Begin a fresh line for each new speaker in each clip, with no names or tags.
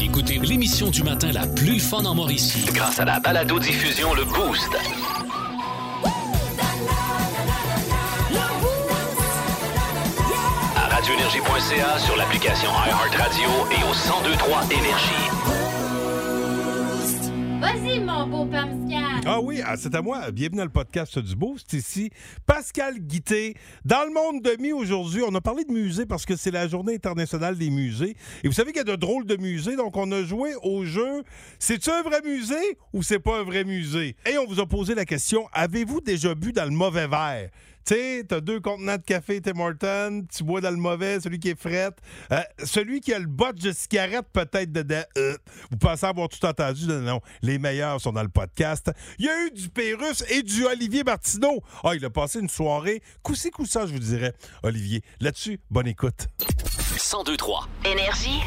Écoutez l'émission du matin la plus fun en Mauricie.
Grâce à la balado diffusion le boost. À radioénergie.ca sur l'application iHeartRadio et au 1023 énergie.
Vas-y, mon beau Pamscan.
Ah oui, ah, c'est à moi. Bienvenue dans le podcast du Boost. Ici, Pascal Guité. Dans le monde de mi aujourd'hui, on a parlé de musées parce que c'est la journée internationale des musées. Et vous savez qu'il y a de drôles de musées, donc on a joué au jeu C'est-tu un vrai musée ou c'est pas un vrai musée? Et on vous a posé la question Avez-vous déjà bu dans le mauvais verre? Tu sais, t'as deux contenants de café Tim Hortons, tu bois dans le mauvais, celui qui est fret, Euh, celui qui a le bot de cigarette peut-être dedans. Euh, vous pensez avoir tout entendu? Non, non, les meilleurs sont dans le podcast. Il y a eu du Pérus et du Olivier Martineau. Ah, il a passé une soirée coussi coussa, je vous dirais, Olivier. Là-dessus, bonne écoute.
1023
Énergie.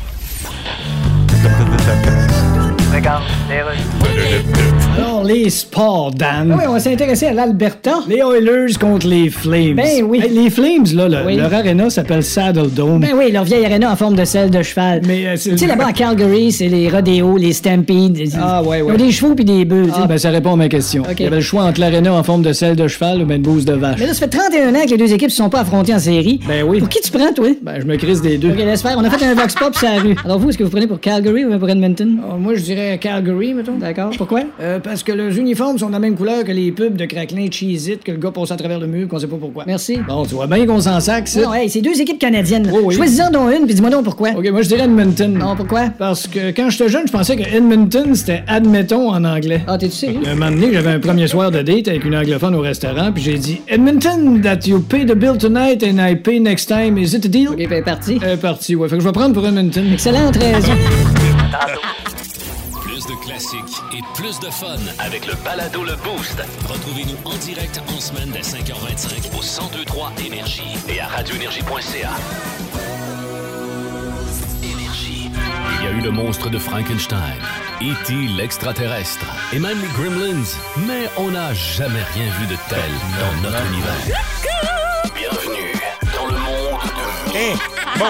Alors, les sports, Dan.
Ah
oui, on s'est intéressé à l'Alberta. Les Oilers contre les Flames. Ben oui. les Flames, là, le- leur arena s'appelle Saddle Dome.
Ben oui, leur vieille arena en forme de selle de cheval.
Mais, euh, c'est-
Tu sais, là-bas à Calgary, c'est les rodéos, les stampides.
Ah, ouais,
Ils
ouais.
ont des chevaux puis des bœufs. tu sais.
Ah, ben ça répond à ma question.
Ok.
Il y avait le choix entre l'aréna en forme de selle de cheval ou ben une bouse de vache.
Mais là, ça fait 31 ans que les deux équipes ne se sont pas affrontées en série.
Ben oui.
Pour qui tu prends, toi?
Ben, je me crise des deux.
Ok, laisse faire. On a fait un vox pop sur la rue. Alors vous, est-ce que vous prenez pour Calgary ou pour Edmonton?
Ah, moi, je dirais Calgary, mettons. Euh,
D'accord. Pourquoi?
parce que leurs uniformes sont de la même couleur que les pubs de craquelin cheese it que le gars passe à travers le mur, qu'on sait pas pourquoi.
Merci.
Bon, tu vois bien qu'on s'en sac, ça.
Non, hey, c'est deux équipes canadiennes.
Oh oui.
Choisis-en dont une, puis dis-moi donc pourquoi.
Ok, moi, je dirais Edmonton.
Non, pourquoi?
Parce que quand j'étais jeune, je pensais que Edmonton, c'était admettons en anglais. Euh,
Ah, t'es-tu sérieux?
Un moment donné, j'avais un premier soir de date avec une anglophone au restaurant, puis j'ai dit Edmonton, that you pay the bill tonight and I pay next time, is it a deal?
Ok, ben parti.
Elle est partie, ouais. Fait que je vais prendre pour Edmonton.
Excellente raison.
Plus de classiques et plus de fun.
Avec le balado le boost
Retrouvez-nous en direct en semaine dès 5h25
au 1023 énergie et à radioénergie.ca. Énergie.
Il y a eu le monstre de Frankenstein, E.T. l'extraterrestre et même les Gremlins, mais on n'a jamais rien vu de tel dans notre univers.
Bienvenue dans le monde de
Hein? Bon.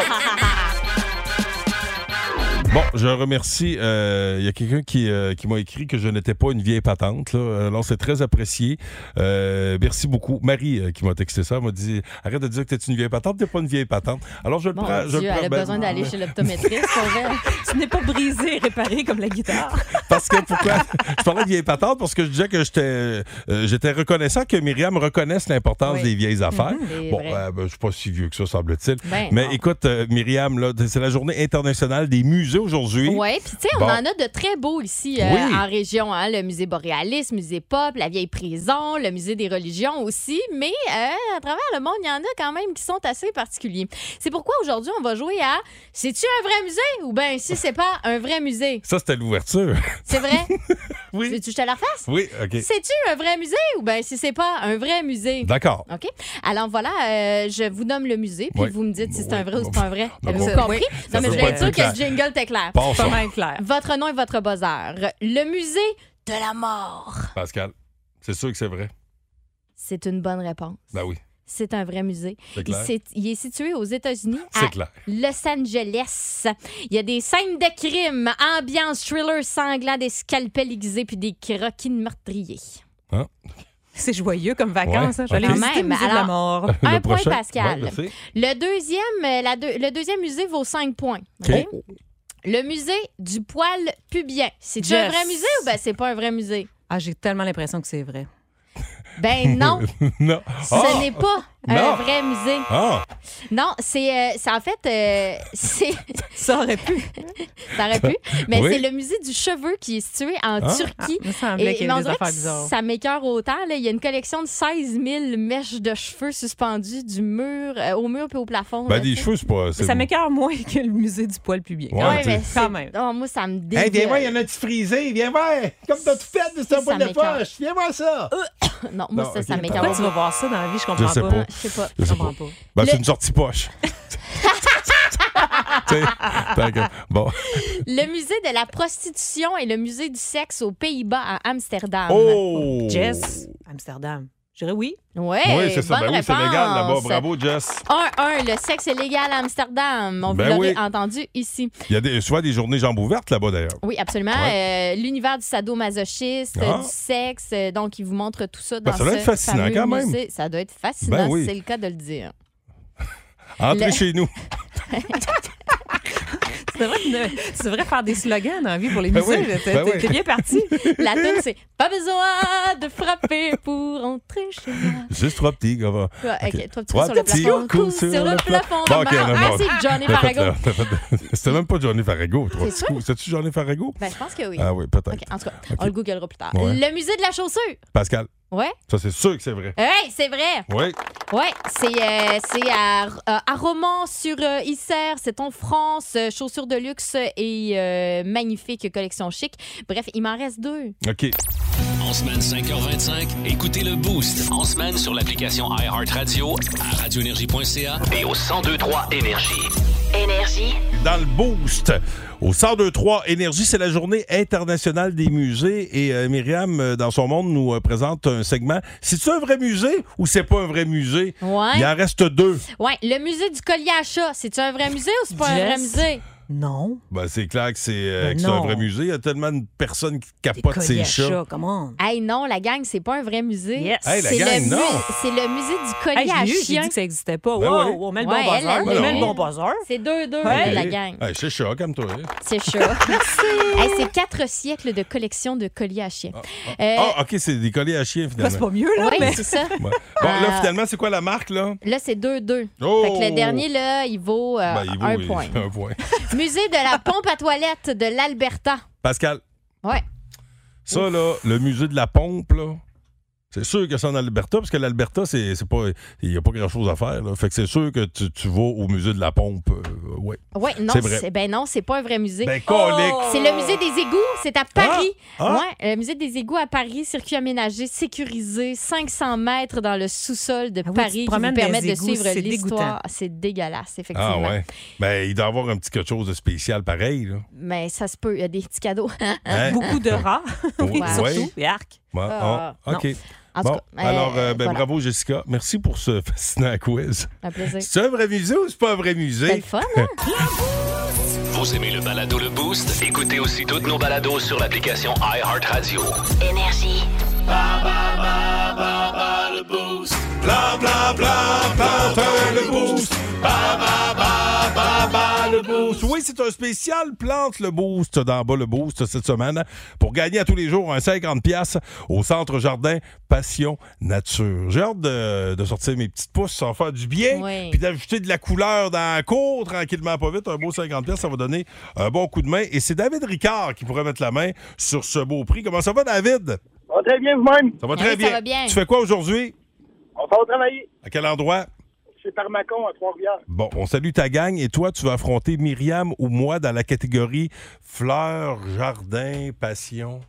Bon, je remercie. euh, Il y a quelqu'un qui, euh, qui m'a écrit que je n'étais pas une vieille patente. Là. Alors, c'est très apprécié. Euh, merci beaucoup. Marie, euh, qui m'a texté ça, m'a dit Arrête de dire que tu es une vieille patente, tu pas une vieille patente. Alors, je le
Mon
prends. je le
Dieu,
prends,
elle a
ben,
besoin d'aller chez l'optométriste. pour vrai. Ce n'est pas brisé et réparé comme la guitare.
Parce que pourquoi Je parlais de vieille patente parce que je disais que j'étais euh, j'étais reconnaissant que Myriam reconnaisse l'importance
Oui. Mhm,
des vieilles affaires.
c'est
bon,
vrai.
euh, ben, je suis pas si vieux que ça, semble-t-il.
Ben,
Mais
non.
écoute, euh, Myriam, là, c'est la journée internationale des musées aujourd'hui.
Oui, puis tu sais, on
Bon.
en a de très beaux ici euh,
Oui.
en région. hein. le musée boréaliste, le musée pop, la vieille prison, le musée des religions aussi. Mais euh, à travers le monde, il y en a quand même qui sont assez particuliers. C'est pourquoi aujourd'hui, on va jouer à « C'est-tu un vrai musée? » ou ben si c'est pas un vrai musée.
Ça, c'était l'ouverture.
C'est vrai?
Oui.
Veux-tu que je te la refasse?
Oui, OK.
C'est-tu un vrai musée? Ou ben si c'est pas un vrai musée.
D'accord.
OK? Alors voilà, euh, je vous nomme le musée, puis
Ouais.
vous me dites si c'est
Ouais.
un vrai ou c'est pas un vrai.
Bon.
Avez-vous
Bon.
compris? Oui. Non,
Ça
mais
peut
je
pas
vais être
être
sûr que
plus
ce jingle t'est clair.
Passe
Pas
ça,
mal.
clair.
Votre nom et votre buzzer. Le musée de la mort.
Pascal. C'est sûr que c'est vrai.
C'est une bonne réponse.
Ben oui,
C'est un vrai musée.
c'est
Il,
clair.
s'est- il est situé aux États-Unis, à
C'est clair.
Los Angeles. Il y a des scènes de crime, ambiance, thriller sanglant, des scalpels aiguisés, puis des croquis de meurtriers.
C'est joyeux comme vacances.
Ouais,
hein. Je vais aller
ok. Euh,
visiter
Quand
le
même,
musée de la
alors-
mort.
Un
Le
point,
prochain.
Pascal.
Ouais, merci.
Le deuxième, euh, la deux- le deuxième musée vaut 5 points. OK?
OK.
Le musée du poil pubien. C'est-tu
Yes.
un vrai musée ou ben c'est pas un vrai musée?
Ah, j'ai tellement l'impression que c'est vrai.
Ben non,
non.
ce n'est pas un
Ah! Non.
vrai musée.
Ah!
Non, c'est euh, c'est en fait, euh, c'est-
Ça aurait pu.
ça aurait pu, mais
Oui.
c'est le musée du cheveu qui est situé en
Ah.
Turquie.
Il me semblait
Et-
qu'il y
mais on
avait des
dirait
affaires
que
bizarres.
Ça m'écœure autant. Là. Il y a une collection de 16 000 mèches de cheveux suspendues du mur, euh, au mur puis au plafond.
Ben,
là,
des
tu sais.
cheveux, c'est pas. c'est-
Ça m'écœure moins que le musée du poil public.
Ouais,
Ouais,
tu sais.
mais
Quand
c'est-
même.
Oh, moi, ça me dégueule.
Hey, viens voir, il y en a du frisé. Viens voir. Comme t'as tout fait de
Ça
ce bout de
m'écoeure.
poche. Viens voir ça.
Non, moi,
Non,
ça, ça
ok.
m'écœure.
Pourquoi tu vas voir ça dans la vie? Je
Je
comprends
sais
pas.
pas.
Ah, Je sais pas.
Je
Je
sais pas.
comprends pas.
Ben, c'est
Le-
une sortie poche. Tu sais, t'as comme- bon.
Le musée de la prostitution et le musée du sexe aux Pays-Bas à Amsterdam.
Oh!
Jess, Amsterdam. Je dirais oui.
Ouais,
Oui, c'est ça.
bonne
Ben oui, c'est légal là-bas.
réponse.
Bravo, Jess.
1-1, le sexe est légal à Amsterdam. On
Ben
vous l'aurez
oui.
entendu ici.
Il y a des, souvent des journées jambes ouvertes là-bas, d'ailleurs.
Oui, absolument. Euh, L'univers du sadomasochiste,
Ah.
du sexe, euh, donc il vous montre tout ça dans
Ben, ça doit
ce
être fascinant
fameux
quand même.
musée. Ça doit être fascinant,
Ben oui.
c'est le cas de le dire.
Entrez
Le-
chez nous.
C'est vrai, que- c'est vrai faire des slogans dans la vie pour les
Ben
musées.
oui,
T'es
ben
t'es-
oui.
t'es bien parti.
La tune, c'est Pas besoin de frapper pour entrer chez moi.
Juste trois petits, gars. va.
Ouais, ok,
Ok.
Trois petits coups
Trois
sur le
petits
plafond.
coups
Coups
sur
sur
le
le plafond.
plafond. Bon, ok,
de
non,
ma-
bon.
Ah, c'est Johnny
T'as fait
Farago.
la- t'as fait- euh, C'était même pas Johnny Farago, trois
C'est
petits
ça?
coups. C'était-tu Johnny Farago?
Ben, je pense que oui.
Ah oui, peut-être.
OK, en tout cas,
Ok.
on le googlera plus tard.
Ouais.
Le musée de la chaussure.
Pascal,
Ouais.
ça, c'est sûr que c'est vrai.
Hey, c'est vrai.
Oui.
Ouais, c'est euh, c'est à, euh, à Romans sur euh, Isère, c'est en France, euh, chaussures de luxe et euh, magnifique collection chic. Bref, il m'en reste deux.
OK.
En semaine 5h25, écoutez le Boost.
En semaine sur l'application iHeartRadio
à radioénergie.ca.
et au 1023 Énergie.
Énergie.
Dans le boost, au 1023 Énergie, c'est la journée internationale des musées. Et euh, Myriam, euh, dans son monde, nous euh, présente un segment. C'est-tu un vrai musée ou c'est pas un vrai musée?
Ouais.
Il en reste deux.
Ouais, le musée du collier à chat, c'est un vrai musée ou c'est pas un vrai
Yes.
musée
Non.
Ben, c'est clair que c'est euh,
Ben
que c'est un
non.
vrai musée. Il y a tellement de personnes qui
Des
capotent
colliers
ces
à
chats.
chats, come on.
Hey non, la gang, c'est pas un vrai musée.
Yes.
Hey, la
c'est
gang,
le, mu-
non.
c'est le musée du
Hey,
collier
je
à
l'ai eu, j'ai
chien.
dit que ça n'existait pas.
Ben
wow,
oui. Ben
on met le
Ouais,
bon
elle,
buzzer.
elle
on met
l'a
le
eu.
bon buzzer.
C'est deux deux
Ouais.
la gang.
Hey, c'est chat, comme toi. hein.
C'est chaud. Hey, c'est quatre siècles de collection de colliers à chien. Euh,
Ah, OK, c'est des colliers à chien,
Quoi, C'est
finalement.
pas mieux, Euh, là,
ouais,
mais...
c'est ça.
Ouais. Bon, là,
Ah.
finalement, c'est quoi la marque, là?
Là, c'est 2-2.
Oh!
Fait que le dernier, là, il vaut, euh,
Ben, il vaut,
un
il-
point.
un point.
Musée de la pompe à toilette de l'Alberta.
Pascal,
Ouais.
ça, là, le musée de la pompe, là, c'est sûr que c'est en Alberta, parce que l'Alberta, c'est c'est pas. Il n'y a pas grand-chose à faire, là. Fait que c'est sûr que tu, tu vas au musée de la pompe. euh, ouais.
Ouais, non,
C'est vrai.
c'est- ben non, c'est pas un vrai musée. Oh!
Ben, colique!
C'est le musée des égouts, c'est à Paris.
Ah!
Ouais, le musée des égouts à Paris, circuit aménagé, sécurisé, 500 mètres dans le sous-sol de
Ah oui, tu te
Paris qui vous
promènes dans
permettent
les
de
égouts,
suivre
c'est
l'histoire. C'est dégueulasse, effectivement.
Ah, ouais. Ben, il doit y avoir un petit quelque chose de spécial pareil, là.
Mais ça se peut, il y a des petits cadeaux.
Hein?
Beaucoup de rats, oui,
Ouais.
surtout, et arc.
Ouais,
Ah,
ah, OK.
En
Bon,
tout cas, euh,
alors, euh, ben,
voilà,
bravo, Jessica. Merci pour ce fascinant quiz.
un plaisir.
C'est un vrai musée ou c'est pas un vrai
C'était le
musée?
fun, hein?
Vous aimez le balado Le Boost? Écoutez aussi toutes nos balados sur l'application iHeartRadio.
Énergie.
Bla, bla, bla, bla, le boost. Ba, ba, ba, ba, ba, le boost. Oui, c'est un spécial Plante le Boost dans Bas le Boost cette semaine pour gagner à tous les jours un 50$ au Centre Jardin Passion Nature. J'ai hâte de, de sortir mes petites pousses, ça va faire du bien,
Oui.
puis d'ajouter de la couleur dans la cour tranquillement, pas vite. Un beau 50$, ça va donner un bon coup de main. Et c'est David Ricard qui pourrait mettre la main sur ce beau prix. Comment ça va, David?
très bien vous-même.
Ça va
Ah oui,
très
ça
bien.
va bien.
Tu fais quoi aujourd'hui?
On va travailler.
À quel endroit?
Chez Parmacon à Trois-Rivières.
Bon, on salue ta gang et toi, tu vas affronter Myriam ou moi dans la catégorie fleurs, jardin, passion.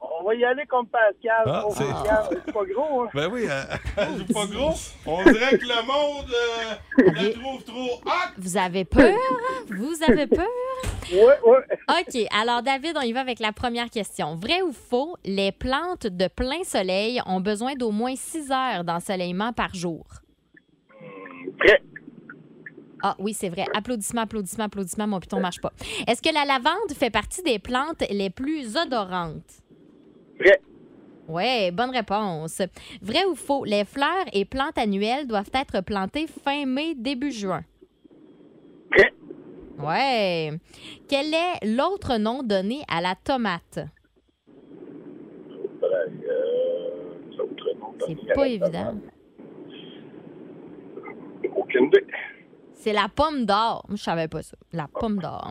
On va y aller comme Pascal.
Ah,
Oh,
c'est-
Pascal, c'est pas gros, hein?
Ben oui, c'est pas gros. On dirait que le monde la trouve trop hot.
Vous avez peur? hein? Vous avez peur?
Ouais, ouais.
OK, alors David, on y va avec la première question. Vrai ou faux, les plantes de plein soleil ont besoin d'au moins 6 heures d'ensoleillement par jour?
Vrai.
Ah oui, c'est vrai. Applaudissements, applaudissements, applaudissements, mon piton marche pas. Est-ce que la lavande fait partie des plantes les plus odorantes?
Vrai.
Ouais, bonne réponse. Vrai ou faux, les fleurs et plantes annuelles doivent être plantées fin mai, début juin?
Vrai.
Ouais. Quel est l'autre nom donné à la tomate?
Euh, l'autre nom.
C'est pas évident.
Aucune idée.
C'est la pomme d'or. Moi, Je savais pas ça. La pomme d'or.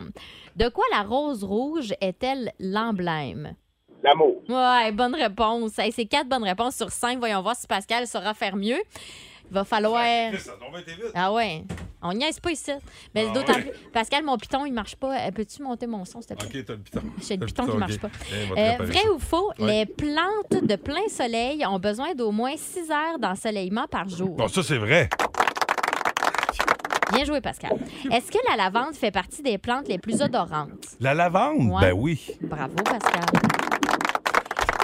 De quoi la rose rouge est-elle l'emblème?
L'amour.
Ouais, bonne réponse. Hey, c'est quatre bonnes réponses sur cinq. Voyons voir si Pascal saura faire mieux. Il va falloir. Ah ouais. On niaise pas ici. Mais
Ah
d'autant
ouais.
plus. Pascal, mon piton, il marche pas. Euh, Peux-tu monter mon son, s'il te plaît?
OK, t'as le piton.
J'ai
T'as
le piton qui
ok.
marche pas.
Eh, on va te
Euh,
réparer
vrai
ça.
ou faux,
Ouais.
les plantes de plein soleil ont besoin d'au moins 6 heures d'ensoleillement par jour.
Bon, ça, c'est vrai.
Bien joué, Pascal. Est-ce que la lavande fait partie des plantes les plus odorantes?
La lavande,
Ouais.
ben oui.
Bravo, Pascal.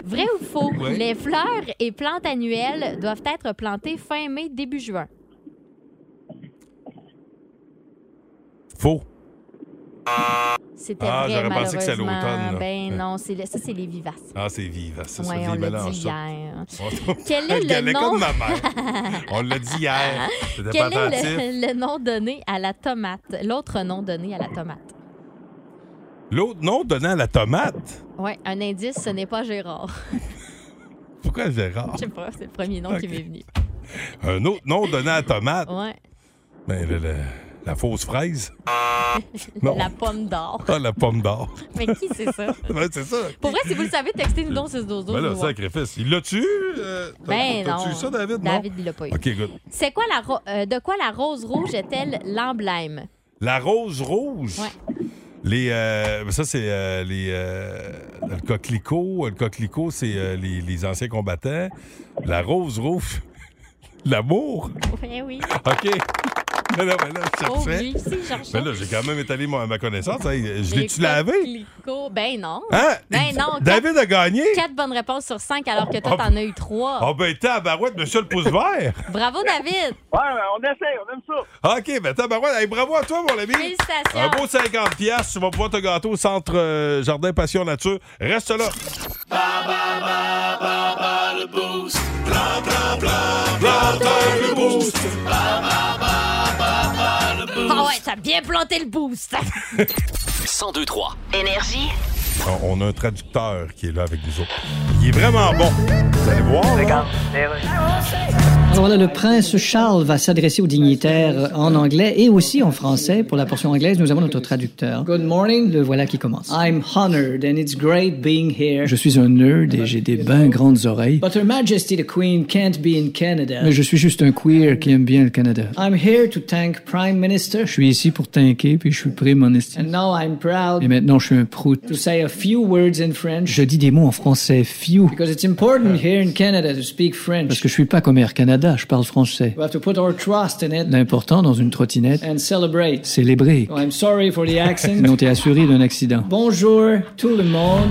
Vrai ou faux,
Ouais.
les fleurs et plantes annuelles doivent être plantées fin mai, début juin.
Faux.
C'était
Ah,
vrai,
j'aurais pensé que c'était
malheureusement.
l'automne, là.
Ben non, c'est le- ça, c'est les vivaces.
Ah, c'est vive, ça.
Ouais,
ça,
on
vive,
l'a
mélange,
dit
ça.
hier.
On-
Quel est
Regarde,
le nom?
comme ma mère. On l'a dit hier. C'était pas
Quel
attentif.
est le, le nom donné à la tomate? L'autre nom donné à la tomate.
L'autre nom donnant la tomate.
Oui, un indice, ce n'est pas Gérard.
Pourquoi Gérard?
Je sais pas, c'est le premier nom qui m'est venu.
Un autre nom donnant la tomate.
Ouais.
Ben, le- le- la fausse fraise. Non.
La pomme d'or.
Ah, la pomme d'or.
Mais qui c'est ça?
Ben, c'est ça.
Pour vrai, si vous le savez, textez-nous donc 6 12
Ben là, sacrifice. Il l'a tué? euh, t'as-
Ben
t'as
non.
tué ça, David? Non?
David, il l'a pas eu.
OK, good.
C'est quoi la ro- euh, de quoi la rose rouge est-elle l'emblème?
La rose rouge.
Ouais.
Les, euh, ben ça, c'est euh, les, euh, le coquelicot. Le coquelicot, c'est euh, les, les anciens combattants. La rose rouge, l'amour.
Ben oui.
OK. Mais là, ben là, je
Oh
cherchais.
oui, si, je cherchais.
Ben là, j'ai quand même étalé ma, ma connaissance. hein. Je
Les
l'ai-tu lavé?
coquelicots. Ben non.
Hein?
Ben non.
David a gagné?
quatre- Quatre bonnes réponses sur cinq, alors que toi,
Oh.
t'en as eu trois.
Ah ben, tabarouette, monsieur le pouce vert.
Bravo, David.
Ouais, on essaie, on aime ça.
OK, ben tabarouette. Hey, bravo à toi, mon ami.
Félicitations.
Un beau 50 piastres. Tu vas pouvoir te gâter au centre euh, Jardin Passion Nature. Reste là.
le boost. Bla, bla, bla, bla, bla, le boost. Bla, bla, bla, bla, bla, le boost.
Ah ouais, t'as bien planté le boost.
102-3.
Énergie.
Oh, On on a un traducteur qui est là avec nous autres. Il est vraiment bon. Vous allez voir. là. Ah,
Alors voilà, le prince Charles va s'adresser aux dignitaires en anglais et aussi en français. Pour la portion anglaise, nous avons notre traducteur. Good morning. Le voilà qui commence. I'm honored and it's great being here.
Je suis un nerd et j'ai des bains grandes oreilles,
But Her Majesty the Queen can't be in Canada.
mais je suis juste un queer qui aime bien le Canada.
I'm here to thank Prime Minister.
Je suis ici pour t'inquiéter puis je suis prêt, mon estime.
And now I'm proud
Et maintenant, je suis un prout.
to say a few words in French.
Je dis des mots en français, few,
Because it's important here in Canada to speak French.
parce que je suis pas comme Air Canada, je parle français.
We have to put our trust in it
L'important dans une trottinette,
and celebrate.
célébrer.
Oh, I'm sorry for the accent.
Sinon, t'es assuré d'un accident.
Bonjour tout le monde.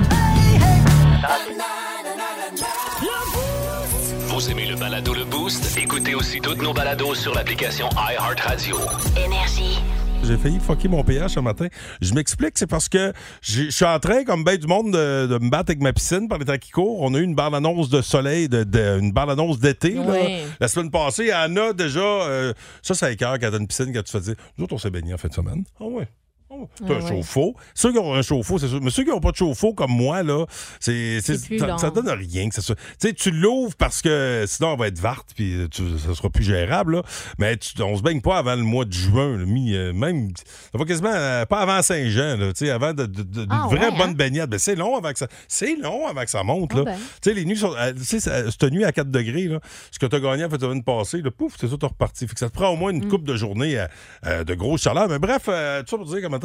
Vous aimez le balado Le Boost? Écoutez aussi toutes nos balados sur l'application iHeartRadio.
Énergie.
J'ai failli fucker mon pH ce matin. Je m'explique, c'est parce que j'ai- je suis en train, comme ben du monde, de, de me battre avec ma piscine par les temps qui courent. On a eu une bande-annonce de soleil, de, de- une bande-annonce d'été. là.
Ouais.
La semaine passée, Anna, déjà, euh, ça, ça écœure quand t'as une piscine, quand tu fais dire, nous autres, on s'est baignés en fin de semaine. Ah ouais.
Ah
T'as un chauffe-eau. Ceux qui ont un chauffe-eau, c'est sûr. Mais ceux qui n'ont pas de chauffe-eau comme moi, là, c'est, c'est-
C'est plus
ça,
long.
ça donne rien que ça soit. Tu sais, tu l'ouvres parce que sinon on va être varte puis euh, tu- ça sera plus gérable. là. Mais tu, on se baigne pas avant le mois de juin, le mi- euh, même. Ça va quasiment euh, pas avant Saint-Jean, là, tu sais, avant de, de- de- d'une
Ah,
vraie
ouais,
bonne
hein?
baignade. Mais c'est long avant que ça. C'est long avant que ça monte.
Ah
là.
ben.
Tu sais, les nuits sont. euh, Tu sais, ça- cette nuit à 4 degrés, là, ce que tu as gagné en fait, semaine passée, là, pouf, c'est ça, t'es reparti. Fait que ça te prend au
Mm.
moins une coupe de journée euh, euh, de grosse chaleur. Mais bref, euh, tout ça pour dire qu'un matin,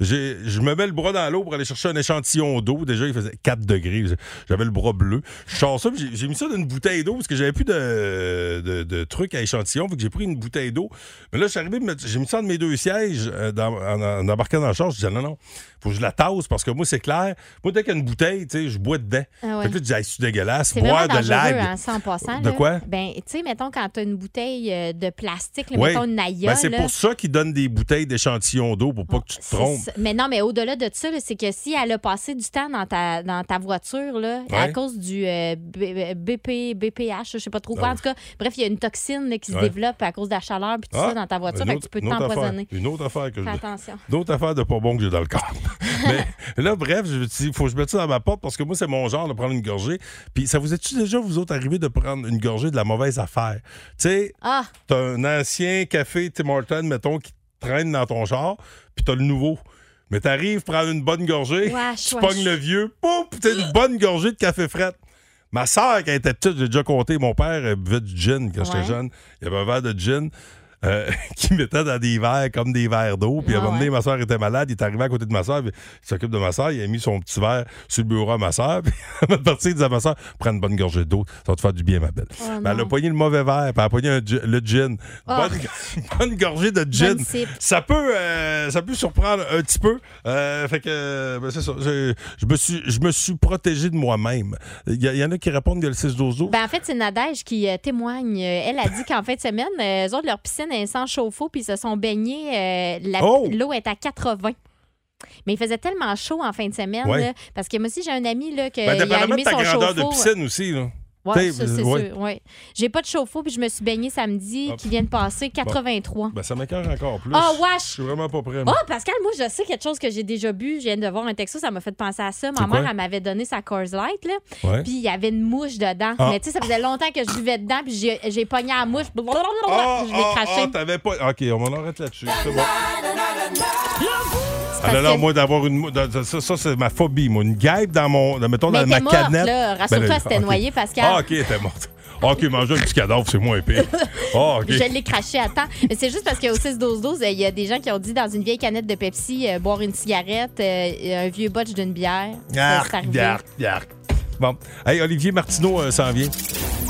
j'ai- je me mets le bras dans l'eau pour aller chercher un échantillon d'eau. Déjà, il faisait 4 degrés. J'avais le bras bleu. Je sors ça, puis j'ai j'ai mis ça dans une bouteille d'eau parce que j'avais plus de, de, de trucs à échantillon. Fait que j'ai pris une bouteille d'eau. Mais là, je suis arrivé, me- j'ai mis ça dans mes deux sièges euh, dans- en, en embarquant dans le char. Je disais non, non, faut que je la tasse parce que moi, c'est clair. Moi, dès qu'il y a une bouteille, tu sais, je bois dedans.
Ah ouais.
Fait que là, je dis, Hey, c'est dégueulasse.
C'est
Boire
vraiment
de
dangereux,
l'ag.
hein, ça, en passant.
De
là.
quoi?
Ben, tu sais, mettons, quand t'as une bouteille euh, de plastique, là,
Ouais.
mettons une aïeule.
Ben, c'est
là,
pour ça qu'ils donnent des bouteilles d'échantillons d'eau pour pas que tu te
c'est
trompes.
ça. Mais non, mais au-delà de ça, là, c'est que si elle a passé du temps dans ta, dans ta voiture, là, à
Ouais.
cause du euh, B- BP, BPH, je sais pas trop quoi,
Ah
en tout cas, bref, il y a une toxine là, qui se
Ouais.
développe à cause de la chaleur puis tout
Ah,
ça dans ta voiture,
une
fait que
autre-
tu peux
une autre affaire.
t'empoisonner.
Une autre affaire que
Fais
je.
attention.
D'autres affaires de pas bon que j'ai dans le corps. Mais là, bref, je me suis dit, il faut que je mette ça dans ma porte parce que moi, c'est mon genre de prendre une gorgée. Puis ça vous est-tu déjà, vous autres, arrivé de prendre une gorgée de la mauvaise affaire? Tu sais,
Ah.
t'as un ancien café Tim Horton, mettons, qui traîne dans ton char, puis t'as le nouveau. Mais t'arrives, prendre une bonne gorgée,
Wesh,
tu
wesh.
pognes le vieux, pouf, t'as une bonne gorgée de café fret. Ma soeur, quand elle était petite, j'ai déjà compté, mon père euh, buvait du gin quand
Ouais.
j'étais jeune. Il y avait un verre de gin euh, qui mettait dans des verres comme des verres d'eau. Puis à un
Ah
moment donné,
ouais.
ma soeur était malade, il est arrivé à côté de ma soeur, puis il s'occupe de ma soeur, il a mis son petit verre sur le bureau à ma soeur, puis avant de partir, il disait à ma soeur Prends une bonne gorgée d'eau, ça va te faire du bien, ma belle.
Oh
Ben, elle a
non.
pogné le mauvais verre, puis elle a pogné un gi- le gin.
Oh.
Bonne, go- bonne gorgée de gin.
Bonne sip.
Ça peut, euh, ça peut surprendre un petit peu. Euh, fait que, euh, ben, c'est ça. Je, je me suis, je me suis protégé de moi-même. Il y, a- il y en a qui répondent que le 6 12
Ben, en fait, c'est Nadège qui euh, témoigne. Euh, Elle a dit qu'en fin de semaine, euh, eux autres, leur piscine est sans chauffe-eau, puis ils se sont baignés. euh, la-
Oh!
L'eau est à 80. Mais il faisait tellement chaud en fin de semaine.
Ouais.
là, parce que moi aussi, j'ai un ami là, que
Ben,
Euh, il a
dépendamment de
allumé
ta
son
grandeur de
chauffe-eau. euh,
piscine aussi. Là.
Ouais, ça,
T'sais,
c'est
ouais.
sûr. Ouais. J'ai pas de chauffe-eau, puis je me suis baignée samedi, qui vient de passer 83.
Ben, ça m'écœure encore plus.
Ah, wesh!
Je suis vraiment pas prêt. moi.
Oh, Pascal, moi, je sais quelque chose que j'ai déjà bu. Je viens de voir un texto, ça m'a fait penser à ça.
C'est
Ma
quoi?
mère, elle m'avait donné sa Coors Light, là.
Ouais.
Puis il y avait une mouche dedans.
Ah.
Mais tu sais, ça faisait longtemps que je buvais dedans, puis j'ai j'ai pogné la mouche. Blablabla,
Ah,
puis je l'ai
ah,
craché.
ah, t'avais pas. Ok, on en arrête là-dessus. C'est bon.
C'est
Ah, là,
parce
là,
que-
moi, d'avoir une. mou- de- de- Ça, ça, c'est ma phobie, moi. Une guêpe dans mon. dans- Mettons,
Mais
dans ma
t'es morte,
canette.
là. Rassure-toi,
Ben,
c'était
ok.
noyé, Pascal.
Ah, ok, elle était morte. Ah, Ok, manger un petit cadavre, c'est moins pire. Ah, ok.
Je l'ai craché à temps. Mais c'est juste parce qu'au 6-12-12, euh, il y a des gens qui ont dit dans une vieille canette de Pepsi, euh, boire une cigarette, euh, et un vieux botch d'une bière. Ça,
Yark,
c'est arrivé.
yark, yark. Bon. Hey, Olivier Martineau euh, s'en vient.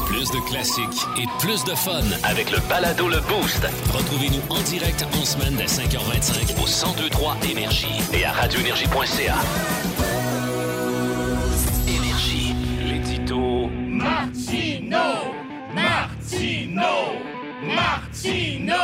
Plus de classiques et plus de fun avec le balado Le Boost. Retrouvez-nous en direct en semaine dès 5h25 au 1023 Énergie et à radioénergie.ca. Énergie, l'édito
Martino, Martino, Martino.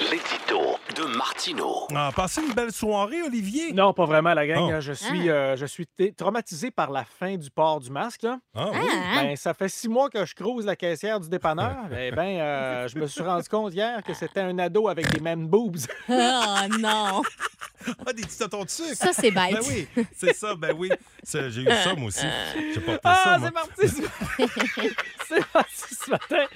L'édito de Martineau.
Ah, passez une belle soirée, Olivier.
Non, pas vraiment, la gang.
Oh.
hein. Je
Ah.
suis, euh, je suis t- traumatisé par la fin du port du masque. là.
Ah,
oui.
hein?
Ah.
Ben, ça fait six mois que je crouse la caissière du dépanneur. Eh ben, euh, je me suis rendu compte hier que c'était un ado avec des mêmes boobs.
Ah non!
Ah, des petits tontons de sucre.
Ça, c'est bête.
Ben oui, c'est ça, ben oui. C'est- J'ai eu ça, moi aussi. J'ai porté ça,
Ah,
moi.
c'est parti! ce- c'est parti ce matin.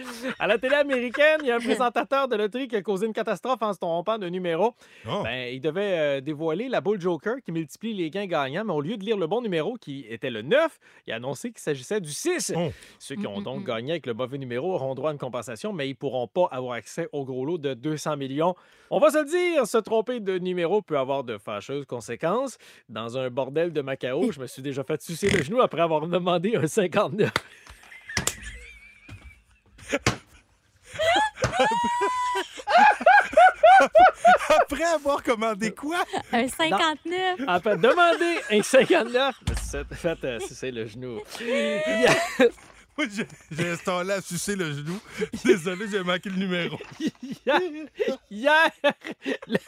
À la télé américaine, il y a un présentateur de loterie qui a causé une catastrophe en se trompant de numéro. Ben, il devait euh, dévoiler la boule Joker qui multiplie les gains gagnants, mais au lieu de lire le bon numéro qui était le 9, il a annoncé qu'il s'agissait du 6. Ceux qui ont donc gagné avec le mauvais numéro auront droit à une compensation, mais ils pourront pas avoir accès au gros lot de 200 millions. On va se le dire, se tromper de numéro peut avoir de fâcheuses conséquences. Dans un bordel de Macao, je me suis déjà fait sucer le genou après avoir demandé un 59.
Après avoir commandé quoi?
Un 59.
Après demander un 59, je me suis fait euh, sucer le genou.
Moi, j'ai- j'ai installé à sucer le genou. Désolé, j'ai manqué le numéro.
hier, hier, la-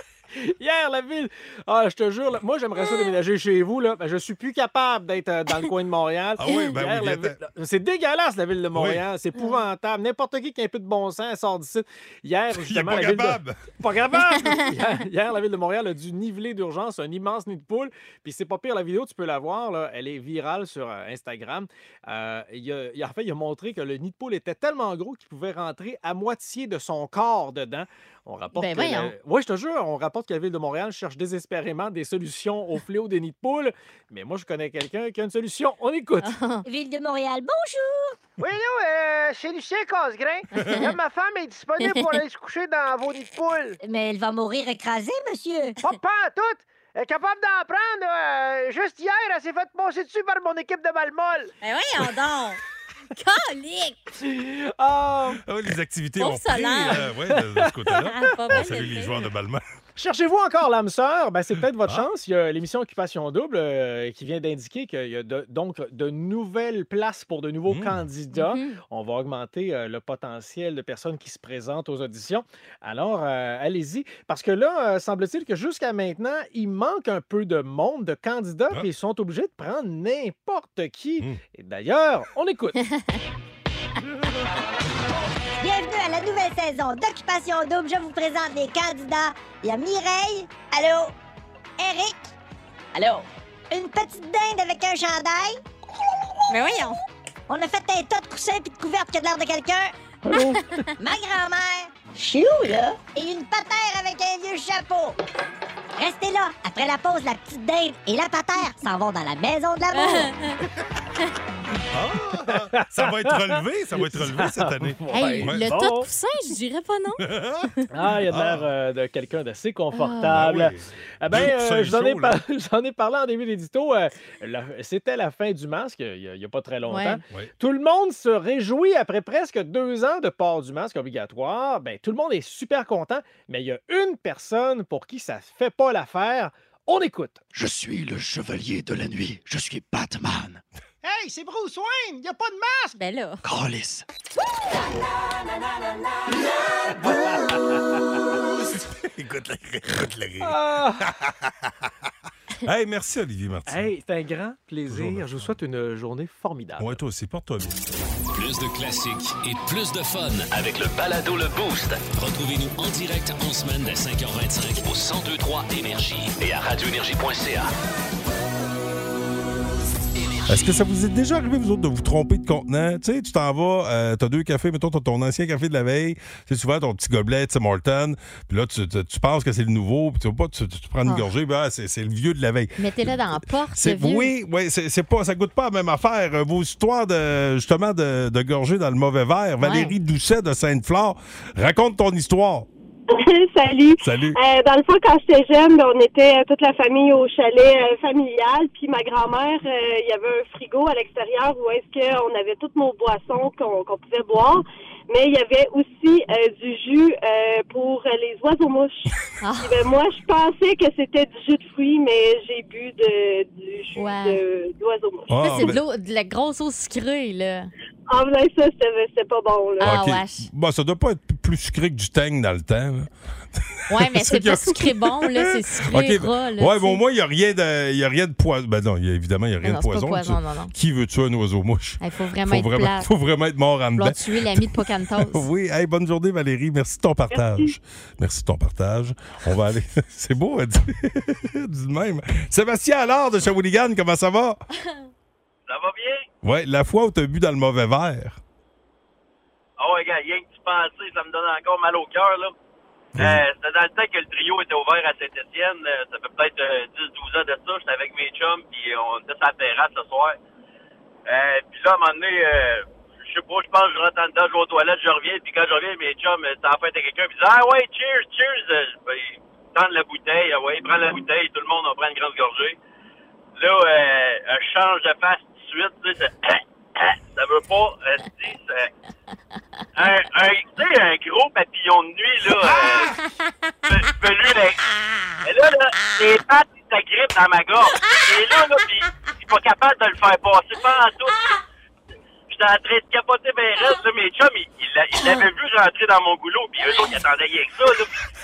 hier, la ville. Ah, je te jure, là, moi, j'aimerais ça déménager chez vous. Là. Ben, je suis plus capable d'être euh, dans le coin de Montréal.
Ah oui, ben
Hier,
oui,
la
attends.
ville- C'est dégueulasse, la ville de Montréal. C'est épouvantable. N'importe qui qui a un peu de bon sens sort d'ici. Hier, justement,
pas
la ville de-
capable.
Pas capable! hier, hier, la ville de Montréal a dû niveler d'urgence un immense nid de poule. Puis c'est pas pire, la vidéo, tu peux la voir. là. Elle est virale sur euh, Instagram. Euh, il a- il a- en fait, il a montré que le nid de poule était tellement gros qu'il pouvait rentrer à moitié de son corps dedans. On rapporte
Ben
que la-
voyons.
oui, je te jure, on rapporte que la ville de Montréal cherche désespérément des solutions au fléau des nids de poule. Mais moi, je connais quelqu'un qui a une solution. On écoute.
Ah.
Ville de Montréal, bonjour!
Oui, allô, euh, c'est Lucien Casgrain. Là, ma femme est disponible pour aller se coucher dans vos nids de poule.
Mais elle va mourir écrasée, monsieur!
Pas pas tout. Elle est capable d'en prendre. là. Euh, juste hier, elle s'est faite passer dessus par mon équipe de Malmol.
Ben voyons donc! Colique!
Ah
oui, les activités
Pauvre
ont pris,
Solange.
euh, ouais, de, de ce côté-là.
Ah, Pas
On
mal
salue les joueurs de Balmain.
Cherchez-vous encore l'âme sœur? Ben, c'est peut-être
Ah.
votre chance. Il y a l'émission Occupation Double euh, qui vient d'indiquer qu'il y a de- donc de nouvelles places pour de nouveaux
Mmh.
candidats.
Mmh.
On va augmenter euh, le potentiel de personnes qui se présentent aux auditions. Alors, euh, allez-y. Parce que là, euh, semble-t-il que jusqu'à maintenant, il manque un peu de monde, de candidats,
Ah.
puis ils sont obligés de prendre n'importe qui.
Mmh.
Et d'ailleurs, on écoute.
Bienvenue à la nouvelle saison d'Occupation Double. Je vous présente les candidats. Il y a Mireille. Allô? Eric. Allô? Une petite dinde avec un chandail? Mais voyons! On a fait un tas de coussins puis de couvertes qui a de l'air de quelqu'un. Oh.
Allô?
Ma grand-mère. Chou, là? Et une patère avec un vieux chapeau. Restez là. Après la pause, la petite dinde et la patère s'en vont dans la maison de l'amour.
ça va être relevé, ça va être relevé cette année.
Hey,
Ouais.
le
Bon.
tas de poussins, je dirais pas non.
Ah, il a de l'air euh, de quelqu'un d'assez confortable. Eh ben,
Deux
euh,
poussins
j'en ai,
chauds,
par- j'en ai parlé en début d'édito. euh, la- C'était la fin du masque, il n'y a, pas très longtemps.
Ouais. Ouais.
Tout le monde se réjouit après presque deux ans de port du masque obligatoire. Ben, tout le monde est super content, mais il y a une personne pour qui ça fait pas l'affaire. On écoute.
Je suis le chevalier de la nuit. Je suis Batman.
Hey, c'est Bruce Wayne! Y a pas de masque!
Ben là.
Carlis.
écoute le rire, écoute le rire.
Ah.
Hey, merci Olivier Martin.
Hey, c'est un grand plaisir. Je vous souhaite une journée formidable.
Ouais, toi aussi, porte-toi bien.
Plus de classiques et plus de fun avec le balado Le Boost. Retrouvez-nous en direct en semaine dès 5h25 au 1023 Énergie et à radioénergie.ca.
Est-ce que ça vous est déjà arrivé, vous autres, de vous tromper de contenant? Tu sais, tu t'en vas, euh, t'as deux cafés, mettons, t'as ton ancien café de la veille, c'est souvent ton petit gobelet Tim Horton, puis là, tu, tu- tu penses que c'est le nouveau, puis tu, vas pas, tu, tu- tu prends une
Ah.
gorgée, puis ah, c'est c'est le vieux de la veille.
Mettez-le dans la porte,
C'est-
ce vieux.
Oui, oui, c'est c'est pas, ça goûte pas la même affaire. Euh, Vos histoires de justement de, de gorgée dans le mauvais verre. Valérie Doucet de Sainte-Flore, raconte ton histoire.
Salut.
Salut.
Euh, dans le fond, quand j'étais jeune, ben, on était euh, toute la famille au chalet euh, familial. Puis ma grand-mère, euh, il y avait un frigo à l'extérieur où est-ce qu'on avait toutes nos boissons qu'on qu'on pouvait boire. Mais il y avait aussi euh, du jus euh, pour euh, les oiseaux mouches.
Ah.
Puis, ben, moi, je pensais que c'était du jus de fruits, mais j'ai bu de, du jus de- d'oiseaux mouches.
Ah,
Ça, c'est
ben.
de, l'eau- de la grosse eau sucrée, là.
Ah, ben ça, c'était c'était pas bon. Là.
Ah,
OK.
wesh.
Bon, ça doit pas être p- plus sucré que du tang dans le temps. là.
Ouais, mais
Ceux
c'est
qui ont-
pas sucré bon, là. C'est sucré
OK. ben,
gras, là.
ouais,
tu
mais au
sais.
moins, il n'y a rien de, il y a rien de poison. Ben non, il y a- évidemment, il n'y a rien
Non,
de
c'est pas
poison.
poison,
Tu-
non, non.
Qui veut tuer un oiseau mouche?
Il faut vraiment être
vraiment,
plate.
faut vraiment être mort en dedans.
Vouloir tuer l'ami de Pocantos.
Oui, hey, bonne journée Valérie, merci de ton partage. Merci,
Merci.
de ton partage. On va aller. C'est beau, elle dit. Elle dit de même. Sébastien Allard de Shawinigan, comment ça va?
Ça va bien?
Ouais, la fois où t'as bu dans le mauvais verre.
Oh, regarde, rien que tu pensais, ça me donne encore mal au cœur, là. Euh, c'était dans le temps que le trio était ouvert à Saint-Etienne. Euh, ça fait peut-être euh, 10-12 ans de ça. J'étais avec mes chums, puis on était sur la terrasse ce soir. Euh, puis là, à un moment donné, euh, je sais pas, je pense que je rentre dans le temps, je vais aux toilettes, je reviens. Puis quand je reviens, mes chums, euh, ça en fait à quelqu'un, puis ils disent « Ah ouais, cheers, cheers! Euh, je- ben, Ils tendent la bouteille, ah ouais, ils prennent la bouteille, tout le monde en prend une grande gorgée. Là, euh, je change de face tout de suite, tu sais, ça, ça veut pas, euh, tu sais, ça- un, un, tu sais, un gros papillon de nuit, là, euh, pe- pelu, là. Mais là, là, les pattes, ils s'agrippent dans ma gorge. Et là, là, pis, je suis pas capable de le faire passer pas en tout. J'étais en train de capoter mes restes, là, mes chums, ils, ils l'a- ils l'avaient vu rentrer dans mon goulot, pis eux autres, ils attendaient rien que ça,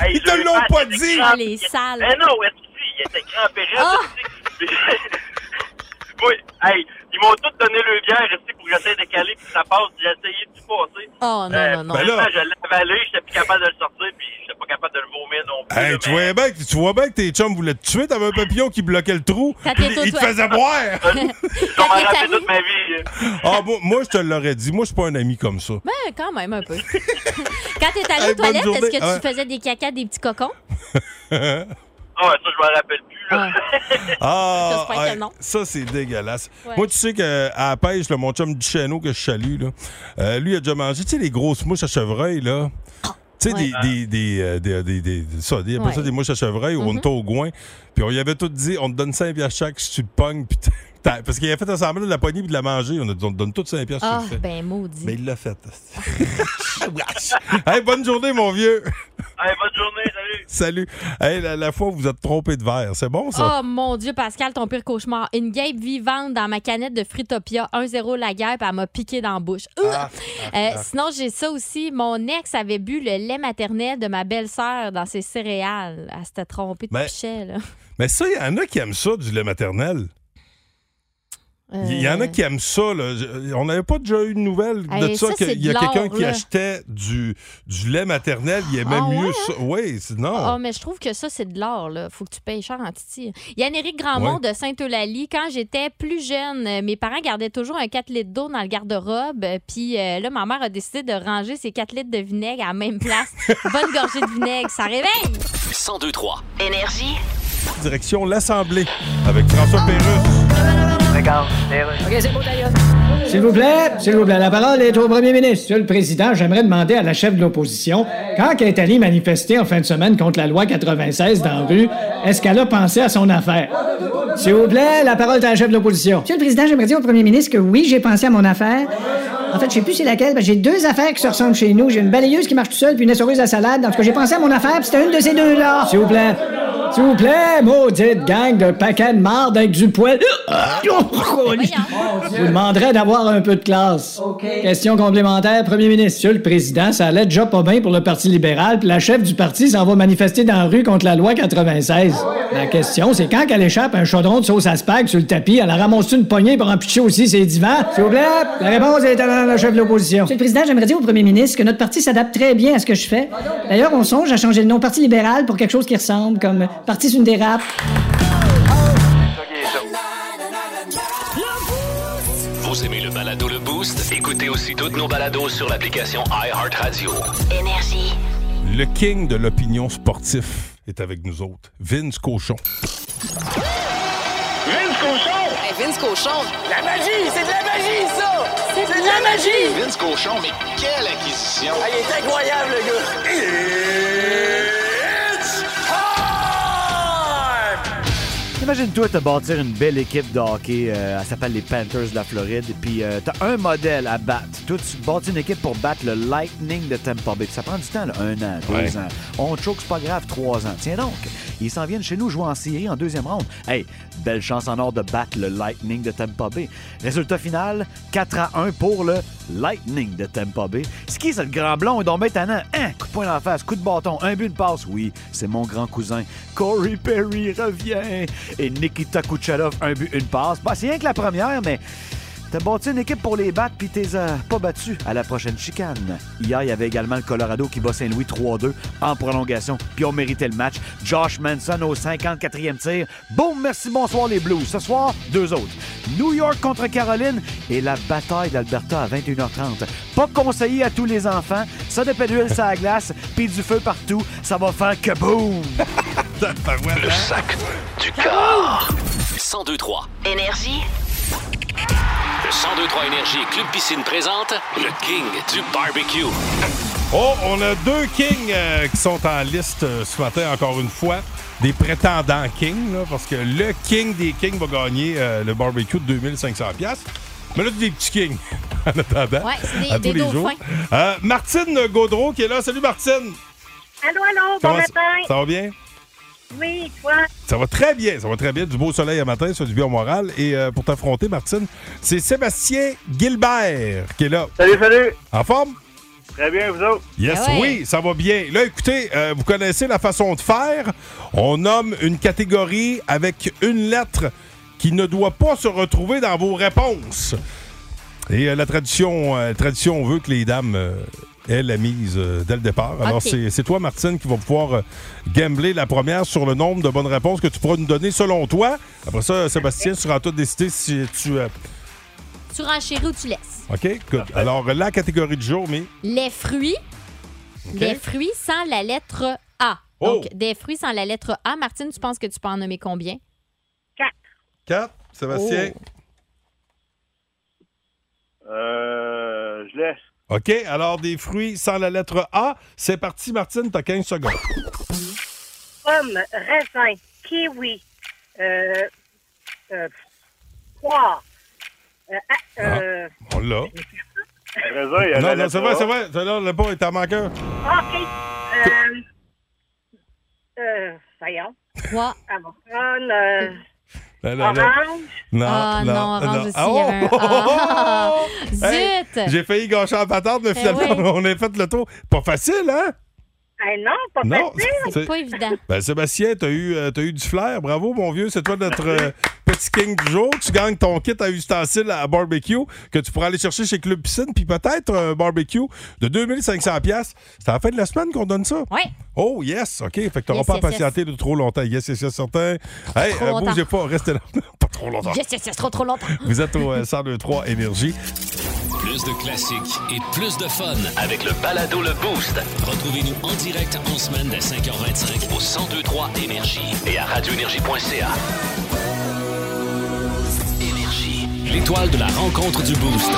là.
Ils te l'ont pas dit.
Ah, Les sales.
Eh non, est-ce que ils étaient crampés
Ah!
restes, tu sais. Oui, hey, ils m'ont tous donné le bière, resté pour que j'essaie de caler, puis ça passe, j'ai essayé de tout passer.
Oh, non,
Euh,
non, non.
ben là, je l'ai avalé, j'étais plus capable de le sortir, puis j'étais pas capable de le vomir non plus.
Hey, tu, vois bien, que- tu vois bien que tes chums voulaient te tuer, t'avais un papillon qui bloquait le trou.
Ça
puis
t'est au
Il te
doigt.
faisait boire.
Je m'en rappelle toute ma vie.
Ah, moi, moi, je te l'aurais dit. Moi, je suis pas un ami comme ça.
Ben, quand même, un peu. Quand t'es allé
Hey,
aux
bonne
toilettes,
journée.
est-ce que tu
Ouais.
faisais des cacas des petits cocons?
Ah, ouais, ça, je m'en rappelle plus. Là.
Ah,
J'espère que
hey,
non.
ça, c'est dégueulasse.
Ouais.
Moi, tu sais qu'à la pêche, là, mon chum Duchesneau que je salue, là, euh, lui, il a déjà mangé, tu sais, les grosses mouches à chevreuil, là. Tu sais,
Ouais.
des, des, des, euh, des, des, des- des- ça, des- appelle ça
Ouais.
des mouches à chevreuil, où on
Mhm.
était au goin. Puis on y avait tout dit, on te donne 5 piastres chaque si tu le pognes. puis t'as- t'as- Parce qu'il avait fait un semblant de la poignée puis de la manger. On a dit, on te donne tout 5 piastres
Ah,
si tu le fais.
ben, maudit.
Mais il l'a fait. hey, bonne journée, mon vieux.
Hey, bonne journée, salut.
Salut. Hey, la, la fois où vous êtes trompé de verre, c'est bon, ça?
Oh mon Dieu, Pascal, ton pire cauchemar. Une guêpe vivante dans ma canette de Fritopia. 1-0 la guêpe, elle m'a piqué dans la bouche. Ouh! Euh,
ah.
Sinon, j'ai ça aussi. Mon ex avait bu le lait maternel de ma belle-sœur dans ses céréales. Elle s'était
Ben,
trompée de
Mais-
pichet, là.
Mais ça, il y en a qui aiment ça, du lait maternel. Il y en a qui aiment ça. là. Je- On n'avait pas déjà eu de nouvelles de
Euh. Hey,
ça,
ça, c'est
qu'il y a
de
quelqu'un
l'or,
qui
là.
achetait du, du lait maternel. Il aimait
Ah, ouais,
mieux ça. Oui, c'est- non.
Ah, mais je trouve que ça, c'est de l'or. là. Faut que tu payes cher en titi. Yann-Éric Grandmont de Sainte-Eulalie, quand j'étais plus jeune, euh, mes parents gardaient toujours un 4 litres d'eau dans le garde-robe. euh, Puis euh, là, ma mère a décidé de ranger ses 4 litres de vinaigre à la même place. Bonne gorgée de vinaigre, ça réveille!
1023.
Énergie.
Direction l'Assemblée avec François Pérusse. Regarde,
S'il vous plaît, s'il vous plaît, la parole est au premier ministre. Monsieur le Président, j'aimerais demander à la chef de l'opposition, quand elle est allée manifester en fin de semaine contre la loi 96 dans la rue, est-ce qu'elle a pensé à son affaire? S'il vous plaît, la parole est à la chef de l'opposition.
Monsieur le Président, j'aimerais dire au premier ministre que oui, j'ai pensé à mon affaire. En fait, je sais plus c'est laquelle, parce que j'ai deux affaires qui se ressemblent chez nous. J'ai une balayeuse qui marche tout seul, puis une essoreuse à salade. En tout cas, j'ai pensé à mon affaire, puis c'était une de ces deux-là.
S'il vous plaît. S'il vous plaît, maudite gang de paquets de marde avec du poil. Je vous demanderais d'avoir un peu de classe. Question complémentaire, premier ministre. Monsieur le Président, ça allait déjà pas bien pour le Parti libéral, puis la chef du parti s'en va manifester dans la rue contre la loi 96. La question, c'est quand qu'elle échappe un chaudron de sauce à spag sur le tapis, elle ramasse une poignée pour en pitcher aussi ses divans? S'il vous plaît, la réponse est à la chef de l'opposition.
Monsieur le Président, j'aimerais dire au premier ministre que notre parti s'adapte très bien à ce que je fais. D'ailleurs, on songe à changer le nom Parti libéral pour quelque chose qui ressemble, comme Parti sur une dérape.
Vous aimez le balado Le Boost? Écoutez aussi toutes nos balados sur l'application iHeartRadio.
Énergie.
Le king de l'opinion sportif est avec nous autres, Vince Cochon.
Vince Cochon! Vince Cochon! La magie! C'est de la magie, ça! C'est de, la magie! Vince Cochon, mais quelle acquisition! Ah, il est incroyable, le gars! It's
Imagine-toi te bâtir une belle équipe de hockey, euh, elle s'appelle les Panthers de la Floride, puis euh, t'as un modèle à battre. Toi, tu bâtis une équipe pour battre le Lightning de Tampa Bay. Puis Ça prend du temps, là, un an, deux
Ouais.
ans. On choke, c'est pas grave, trois ans. Tiens donc, ils s'en viennent chez nous jouer en Syrie en deuxième ronde. Hey, belle chance en or de battre le Lightning de Tampa Bay. Résultat final, 4 à 1 pour le Lightning de Tampa Bay. Ce qui, c'est le grand blond, donc maintenant, hein, coup de poing en face, coup de bâton, un but, une passe. Oui, c'est mon grand cousin. Corey Perry revient. Et Nikita Kucherov, un but, une passe. Bah, c'est rien que la première, mais... T'as bâti une équipe pour les battre, puis t'es euh, pas battu à la prochaine chicane. Hier, il y avait également le Colorado qui bat Saint-Louis 3-2 en prolongation, puis on méritait le match. Josh Manson au 54e tir. Boum, merci, bonsoir les Blues. Ce soir, deux autres. New York contre Caroline et la bataille d'Alberta à 21h30. Pas conseillé à tous les enfants. Ça de d'huile ça glace, puis du feu partout. Ça va faire que boum!
Le sac du corps. 1023.
Énergie.
Le 1023 Énergie Club Piscine présente le king du barbecue.
Oh, on a deux kings euh, qui sont en liste euh, ce matin, encore une fois. Des prétendants kings, là, parce que le king des kings va gagner euh, le barbecue de 2500$. piastres. Mais là, tu des petits kings en attendant.
Ouais, c'est des-
à
des
tous les
dauphins.
jours. Euh, Martine Gaudreau qui est là. Salut, Martine.
Allô, allô, bon
Comment ça-
matin.
Ça va bien?
Oui, toi.
Ça va très bien, ça va très bien. Du beau soleil à matin, ça fait du bien au moral. Et euh, pour t'affronter, Martine, c'est Sébastien Gilbert qui est là.
Salut, salut.
En forme?
Très bien, vous autres?
Yes,
Ah
oui, ça va bien. Là, écoutez, euh, vous connaissez la façon de faire. On nomme une catégorie avec une lettre qui ne doit pas se retrouver dans vos réponses. Et euh, la tradition, euh, tradition veut que les dames, euh, aient la mise euh, dès le départ. Alors,
Ok.
c'est- c'est toi, Martine, qui va pouvoir euh, gambler la première sur le nombre de bonnes réponses que tu pourras nous donner selon toi. Après ça, Sébastien, tu seras à toi de décider si tu... euh,
Tu renchéris ou tu laisses?
OK, good. Alors, euh, la catégorie du jour, mais...
Les fruits.
Ok.
Les fruits sans la lettre A.
Oh!
Donc, des fruits sans la lettre A. Martine, tu penses que tu peux en nommer combien?
4, Sébastien.
Euh, je laisse.
OK, alors des fruits sans la lettre A. C'est parti, Martine, t'as 15 secondes.
Pomme, raisin, kiwi, euh, euh, poire, euh, ah, euh,
On l'a.
Raisin,
non,
la
non,
lettre
c'est vrai,
A.
c'est vrai. Là, le pas est en manqueur.
ok, euh, euh, voyons.
Quoi?
Avocane, euh,
Là, là, là.
Ah, orange.
Non,
Ah,
non,
non, orange aussi,
Ah,
il y avait un A.
ah.
oh, Hey,
Zut!
J'ai failli gâcher la patate, mais
Eh
finalement,
oui.
on a fait le tour. Pas facile, hein?
Eh non, pas
Non,
facile.
c'est- Ben, Sébastien, t'as eu, euh, t'as eu du flair. Bravo, mon vieux. C'est toi notre euh, petit king du jour. Tu gagnes ton kit à ustensiles à barbecue que tu pourras aller chercher chez Club Piscine, puis peut-être un barbecue de 2500$. piastres. C'est à la fin de la semaine qu'on donne ça?
Oui.
Oh, yes. OK. Fait que t'auras
Yes,
pas
yes,
à patienter de trop longtemps. Yes, yes, yes, certain. Hey,
Trop
euh,
longtemps.
bougez pas. Restez là. pas trop longtemps.
Yes, yes, yes, trop, trop longtemps.
Vous êtes au euh, 1023 Énergie.
Plus de classiques et plus de fun avec le balado Le Boost. Retrouvez-nous en direct en semaine dès 5h25 au 1023 Énergie et à radioénergie.ca. Énergie. L'étoile de la rencontre du Boost.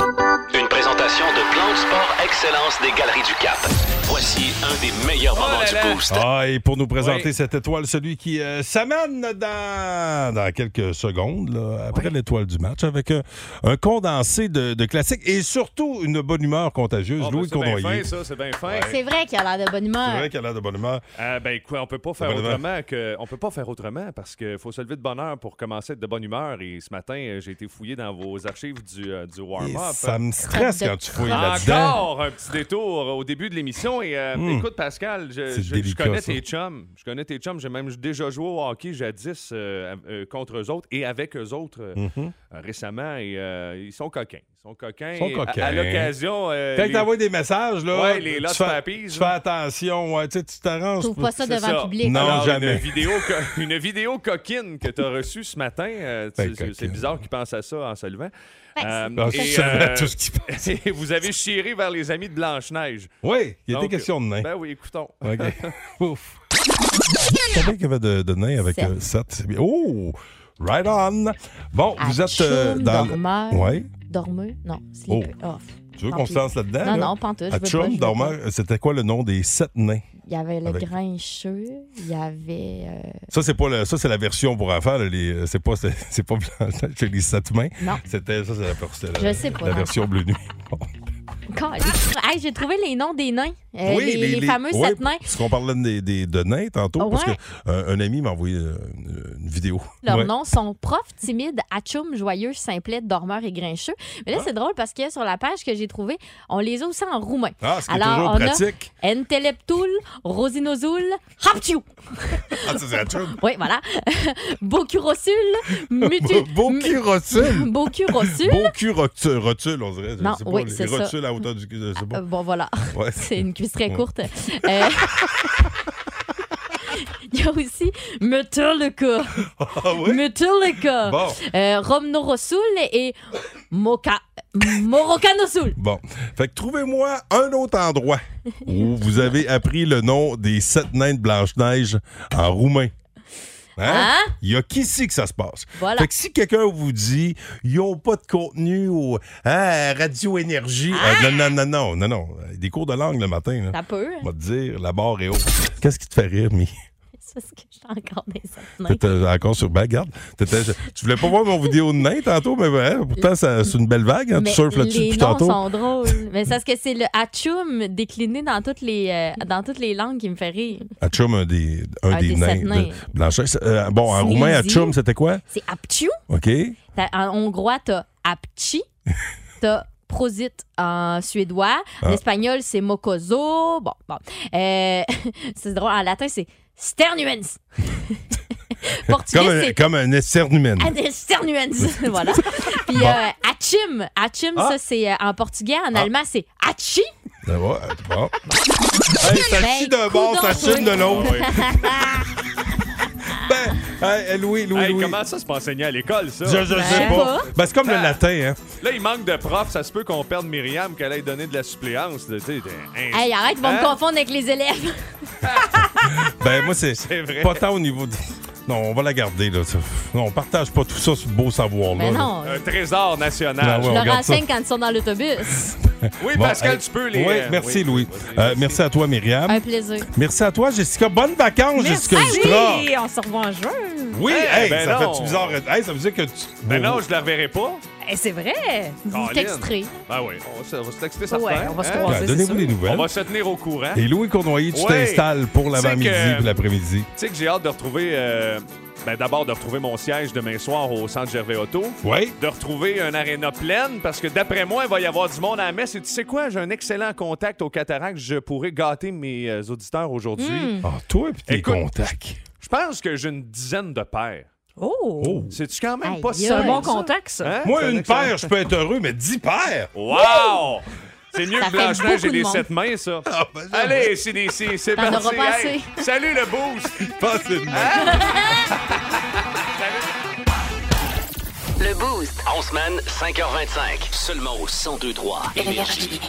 Une présentation de Plan de Sport Excellence des Galeries du Cap. Voici un des meilleurs moments du Boost.
Ah, et pour nous présenter cette étoile, celui qui euh, s'amène dans, dans quelques secondes, là, après l'étoile du match, avec un, un condensé de, de classiques et surtout une bonne humeur contagieuse,
Ah, ben,
Louis
c'est bien
Cournoyer.
fin, ça, c'est bien fin.
C'est vrai qu'il a l'air de bonne humeur.
C'est vrai qu'elle a l'air de bonne humeur.
Ah, ben quoi, on peut pas faire
bonne humeur.
autrement que on peut pas faire autrement parce qu'il faut se lever de bonne heure pour commencer à être de bonne humeur et ce matin euh, j'ai été fouillé dans vos archives du, euh, du warm-up.
Et ça me stresse quand tu fouilles là-dedans.
Encore un petit détour au début de l'émission et euh,
Hmm.
écoute Pascal, je,
C'est
je- je
délicat,
connais
ça.
tes chums, je connais tes chums, j'ai même déjà joué au hockey jadis euh, euh, contre eux autres et avec eux autres euh,
Mhm.
euh, récemment et euh, ils sont coquins, ils sont coquins.
Ils sont
Et à-
coquins.
À, l'occasion, euh,
Quand
les-
t'envoies des messages, là,
Ouais, les
tu,
Lost
fais,
Pappies,
tu fais attention, ouais, tu sais, tu t'arranges.
Trouve
pour-
pas ça C'est devant le ça. public.
Non,
Alors,
jamais.
Une vidéo, co- une vidéo coquine que tu as reçue ce matin. euh, tu-
Ben,
c'est- c'est
coquine.
bizarre qu'ils pensent à ça en se levant.
Ben,
Euh,
c'est- Ah,
et,
ça va
euh,
tout ce qu'ils
et vous avez chiré vers les amis de Blanche-Neige.
Oui, il était
Donc,
question de nain.
Ben oui, écoutons.
OK. Ouf. Je savais qu'il y avait de, de nains avec euh,
Sept.
7. Oh! Right on! Bon, vous êtes euh,
Choum,
dans.
dormeur.
Oui.
Dormeux? Non,
Oh.
sleepy. Oh, pff,
Tu veux
tant
qu'on se
pis.
lance là-dedans?
Non,
là?
non, pantoute, je
À
veux pas,
Chum,
je veux
dormeur, c'était quoi le nom des sept nains?
Il y avait le
Avec-
grincheux, il y avait... euh,
Ça, c'est pas le, ça, c'est la version pour enfants. là, les- euh, C'est pas, c'est, c'est pas blanc, chez les sept mains.
Non.
C'était, ça, c'est la, per- c'est la-
Je sais pas,
la
non.
version bleue nuit.
Calais. Ah, Hey, j'ai trouvé les noms des nains. Euh, les, les fameux
oui,
sept nains. Ah
Parce qu'on parlait des, des- de nains tantôt,
Ouais.
parce qu'un ami m'a envoyé euh, une, une vidéo.
Leurs
Ouais.
noms sont prof, timide, atchoum, joyeux, simplette, dormeur et grincheux. Mais là,
Ah.
c'est drôle parce que sur la page que j'ai trouvée, on les a aussi en roumain.
Ah, ce qui est
Alors,
toujours
on
pratique.
a Enteleptul, Rosinozul, Haptiou.
Ah, ça, c'est la chum.
Oui, voilà. Bocurosul, Mutu.
Bocurosul.
Bocurosul.
Beau cul rotu- rotule, on dirait. Je
Non,
sais pas,
oui,
les
c'est ça.
rotules à hauteur du cul. je sais pas.
Euh, Bon, voilà.
Ouais.
C'est une cuisse très
Ouais.
courte. Euh, Il y a aussi Metallica.
oui?
Metallica.
Ah Bon.
Euh, Romnorosul et Moka... Morocanosul.
Bon. Fait que trouvez-moi un autre endroit où vous avez appris le nom des sept nains de Blanche-Neige en roumain. Hein?
Hein?
Il y a qu'ici que ça se passe.
Voilà.
Fait que si quelqu'un vous dit ils n'ont pas de contenu au hein, à Radio Énergie. euh, non, non, non, non, non, non. Des cours de langue le matin. là.
Hein? Ça peut.
On va te dire, la barre est haute. Qu'est-ce qui te fait rire, Mi?
C'est ce que j'ai encore des sapins.
T'étais encore sur ben, regarde, t'étais- Tu voulais pas voir mon vidéo de nain tantôt, mais hein, pourtant, ça- c'est une belle vague. hein, tu
Mais
surfes là-dessus
les
depuis
noms
tantôt.
sont drôles. Mais c'est parce que c'est le Hachum décliné dans toutes les, euh, dans toutes les langues qui me fait rire.
Atchum, Ah, un des, un
Un
des,
des
nains.
sept nains.
de Blanchesse. Euh, bon, en
Sneezy.
roumain, Atchum, c'était quoi?
C'est Aptiou.
OK.
T'as- En hongrois, t'as apchi. T'as prosit en suédois. En
Ah.
espagnol, c'est mocoso. Bon, bon. Euh, c'est drôle. En latin, c'est sternuens. Portugais,
Comme un,
c'est-
comme un esternumen.
Ah, Sternuens. voilà. Puis euh, achim. Achim,
Ah.
ça, c'est euh, en portugais. En allemand, c'est achi.
Ça va, Ah, bon. Hey, ça chie d'un bord, ça chie de l'autre. Hey, eh, Louis, Louis,
Louis. Comment ça se peut enseigner à l'école, ça?
Je, je sais pas. Ben, c'est comme le latin, hein.
Là, il manque de profs. Ça se peut qu'on perde Myriam, qu'elle aille donner de la suppléance. là, tu sais, t'es- hein.
Hey, arrête, ils vont me
Hein?
confondre avec les élèves.
Ben, moi, c'est
vrai.
pas tant au niveau de... Non, on va la garder, là. ça. Non, on partage pas tout ça, ce beau savoir-là.
Mais Ben
là.
non.
Un trésor national.
Ben ouais, on
Je leur
garde ça.
enseigne quand ils sont dans l'autobus.
Ah, Oui,
Bon,
Pascal,
hey,
tu peux les.
Oui,
euh,
merci,
oui.
Louis. Euh, merci à toi, Myriam.
Un plaisir.
Merci à toi, Jessica. Bonnes vacances, Jessica Justra.
oui, on se revoit en juin. Eh,
Oui, hey,
ben
ça
non.
fait bizarre. Hey, ça veut dire que tu.
Ben non, je la reverrai pas.
Eh, c'est vrai.
Colin. Ben oui, on, se- on va se texter hein? ça.
Ouais, on va se croiser, Ben,
donnez-vous c'est sûr. des nouvelles.
On va se tenir au courant.
Et Louis Cournoyer, tu
Ouais.
t'installes pour
Tu sais
l'avant-midi
que-
et l'après-midi.
Tu sais que j'ai hâte de retrouver euh, Ben, D'abord, de retrouver mon siège demain soir au centre Gervais Auto.
Oui.
De retrouver un aréna pleine, parce que d'après moi, il va y avoir du monde à la messe. Et tu sais quoi? J'ai un excellent contact au cataract. Je pourrais gâter mes euh, auditeurs aujourd'hui.
Mmh.
Ah, toi, puis tes
Écoute,
contacts.
Je pense que j'ai une dizaine de paires.
Oh!
C'est-tu quand même
Aïe,
pas
aïe.
si
C'est un bon
pire, ça?
contact, ça.
Hein?
Moi,
C'est un
une
excellent-
paire, je peux être heureux, mais dix paires.
Wow! C'est mieux
Ça
que
fait
Blanche-Neige
beaucoup
et
de
les
monde.
sept mains, ça.
Ah, ben,
Allez, c'est des c'est c'est
T'en
parti.
auras pas
Hey, salut le boost.
Passe une
Le Boost. En semaine, 5h25. Seulement au 102.3 Énergie.